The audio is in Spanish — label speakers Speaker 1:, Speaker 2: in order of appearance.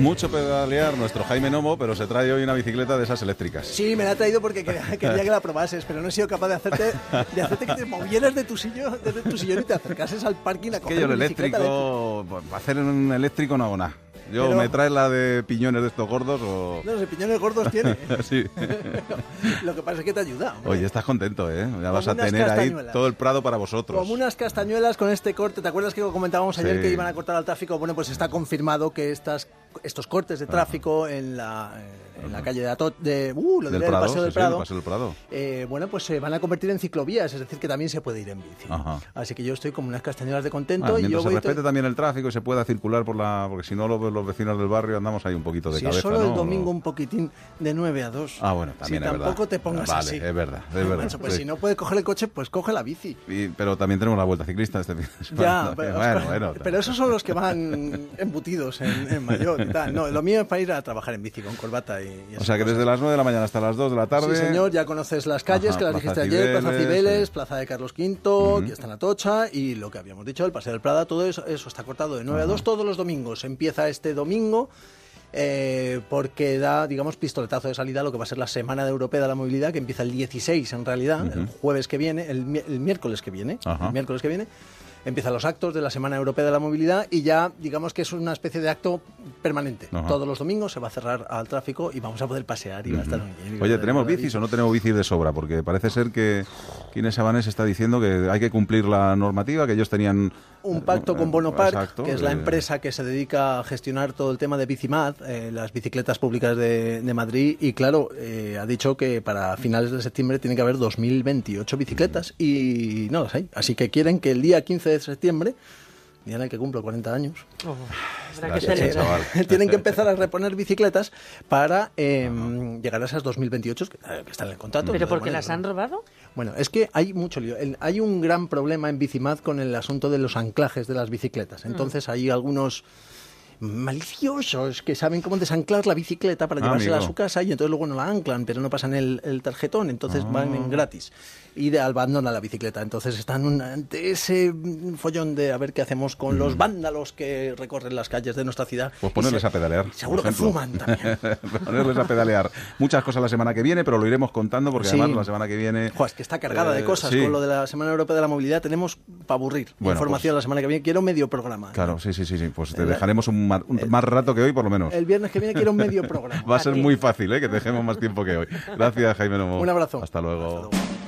Speaker 1: mucho pedalear nuestro Jaime Nomo, pero se trae hoy una bicicleta de esas eléctricas.
Speaker 2: Sí, me la ha traído porque quería, quería que la probases, pero no he sido capaz de hacerte, de hacerte que te movieras de tu, sillón, de tu sillón y te acercases al parking a
Speaker 1: Es que
Speaker 2: coger
Speaker 1: yo el
Speaker 2: mi bicicleta
Speaker 1: eléctrico, pues, hacer un eléctrico no hago nada. Yo
Speaker 2: Pero-
Speaker 1: me traes la de piñones de estos gordos o...
Speaker 2: No, los piñones gordos tiene. ¿eh?
Speaker 1: sí.
Speaker 2: Lo que pasa es que te ayuda. hombre.
Speaker 1: Oye, estás contento, ¿eh? Ya vas a
Speaker 2: unas
Speaker 1: tener ahí
Speaker 2: castañuelas.
Speaker 1: todo el prado para vosotros.
Speaker 2: Como unas castañuelas con este corte. ¿Te acuerdas que comentábamos ayer
Speaker 1: Sí.
Speaker 2: que iban a cortar al tráfico? Bueno, pues está confirmado que estas, estos cortes de tráfico en la, en la calle de, Ato- de uh, lo
Speaker 1: del
Speaker 2: diré, del
Speaker 1: Prado, sí,
Speaker 2: Paseo del
Speaker 1: sí, del
Speaker 2: Prado.
Speaker 1: Paseo del Prado.
Speaker 2: eh, bueno, pues se van a convertir en ciclovías, es decir, que también se puede ir en bici.
Speaker 1: Ajá.
Speaker 2: Así que yo estoy como unas castañuelas de
Speaker 1: Ah,
Speaker 2: contento y yo
Speaker 1: mientras se
Speaker 2: voy.
Speaker 1: respete también el tráfico y se pueda circular por la... Porque si no, los, los vecinos del barrio andamos ahí un poquito de
Speaker 2: si
Speaker 1: cabeza,
Speaker 2: es solo el
Speaker 1: ¿no?
Speaker 2: domingo un poquitín de 9 a 2.
Speaker 1: Ah, bueno, también
Speaker 2: si
Speaker 1: es verdad.
Speaker 2: tampoco te pongas
Speaker 1: Vale, eh,
Speaker 2: así.
Speaker 1: es verdad, es verdad,
Speaker 2: Macho, pues
Speaker 1: sí.
Speaker 2: si no puedes coger el coche, pues coge la bici.
Speaker 1: Y- pero también tenemos la Vuelta Ciclista este fin de semana.
Speaker 2: Ya, pero,
Speaker 1: bueno, bueno.
Speaker 2: pero esos son los que van embutidos en, en maillot y tal. No, lo mío es para ir a trabajar en bici con corbata y, y
Speaker 1: O sea que
Speaker 2: esas
Speaker 1: desde las 9 de la mañana hasta las 2 de la
Speaker 2: cosas.
Speaker 1: tarde...
Speaker 2: Sí, señor, ya conoces las calles
Speaker 1: Ajá,
Speaker 2: que las
Speaker 1: Plaza
Speaker 2: dijiste ayer, Plaza
Speaker 1: Cibeles,
Speaker 2: Cibeles,
Speaker 1: sí.
Speaker 2: Plaza de Carlos V, aquí está en Atocha y lo que habíamos dicho, el Paseo del Prada, todo eso, eso está cortado de 9 a 2 todos los domingos. Empieza este domingo eh, porque da, digamos, pistoletazo de salida a lo que va a ser la Semana Europea de la Movilidad, que empieza el 16 en realidad, el jueves que viene, el, mi- el miércoles que viene,
Speaker 1: Ajá.
Speaker 2: el miércoles que viene. Empiezan los actos de la Semana Europea de la Movilidad y ya digamos que es una especie de acto permanente.
Speaker 1: Ajá.
Speaker 2: Todos los domingos se va a cerrar al tráfico y vamos a poder pasear y va a estar muy bien.
Speaker 1: Oye, ¿tenemos bicis o no tenemos bicis de sobra? Porque parece ser que Inés Sabanés está diciendo que hay que cumplir la normativa, que ellos tenían...
Speaker 2: un pacto
Speaker 1: Eh,
Speaker 2: con Bonopark,
Speaker 1: Bonopart,
Speaker 2: que es la
Speaker 1: eh.
Speaker 2: empresa que se dedica a gestionar todo el tema de Bicimad, eh, las bicicletas públicas de, de Madrid, y claro, eh, ha dicho que para finales de septiembre tiene que haber 2028 bicicletas y no las hay. Así que quieren que el día 15 de septiembre, día en el que cumplo 40 años,
Speaker 3: Oh, habrá que
Speaker 1: Gracias,
Speaker 3: celebrar.
Speaker 1: chaval.
Speaker 2: tienen que empezar a reponer bicicletas para eh, llegar a esas 2028 que, eh, que están en el contrato.
Speaker 3: ¿Pero
Speaker 2: Lo de
Speaker 3: porque
Speaker 2: poner,
Speaker 3: las
Speaker 2: ¿no?
Speaker 3: han robado?
Speaker 2: Bueno, es que hay mucho lío. El- hay un gran problema en Bicimad con el asunto de los anclajes de las
Speaker 1: Mm.
Speaker 2: bicicletas. Entonces hay algunos maliciosos que saben cómo desanclar la bicicleta para
Speaker 1: Ah,
Speaker 2: llevársela
Speaker 1: amigo.
Speaker 2: a su casa y entonces luego no la anclan, pero no pasan el, el tarjetón,
Speaker 1: Ah.
Speaker 2: entonces van en gratis y de, abandonan la bicicleta. Entonces están un- ante ese mm, follón de a ver qué hacemos con los vándalos que recorren las calles de nuestra ciudad.
Speaker 1: Mm. Pues
Speaker 2: Y
Speaker 1: ponerles
Speaker 2: se-
Speaker 1: a pedalear. por
Speaker 2: Seguro que
Speaker 1: ejemplo.
Speaker 2: fuman también.
Speaker 1: ponerles a pedalear. Muchas cosas la semana que viene, pero lo iremos contando porque
Speaker 2: Sí.
Speaker 1: además la semana que viene...
Speaker 2: Jo, es que está cargada de
Speaker 1: eh,
Speaker 2: cosas.
Speaker 1: sí.
Speaker 2: Con lo de la Semana Europea de la Movilidad tenemos para aburrir.
Speaker 1: Bueno,
Speaker 2: Información
Speaker 1: pues-
Speaker 2: la semana que viene. Quiero medio programa.
Speaker 1: Claro, sí, sí, sí, sí. Pues te
Speaker 2: El-
Speaker 1: dejaremos un, ma- un- más rato que hoy por lo menos.
Speaker 2: El viernes que viene quiero medio programa.
Speaker 1: Va a ser muy fácil, ¿eh? Que te dejemos más tiempo que hoy. Gracias, Jaime Nomo.
Speaker 2: Un abrazo.
Speaker 1: Hasta luego.
Speaker 2: Hasta luego.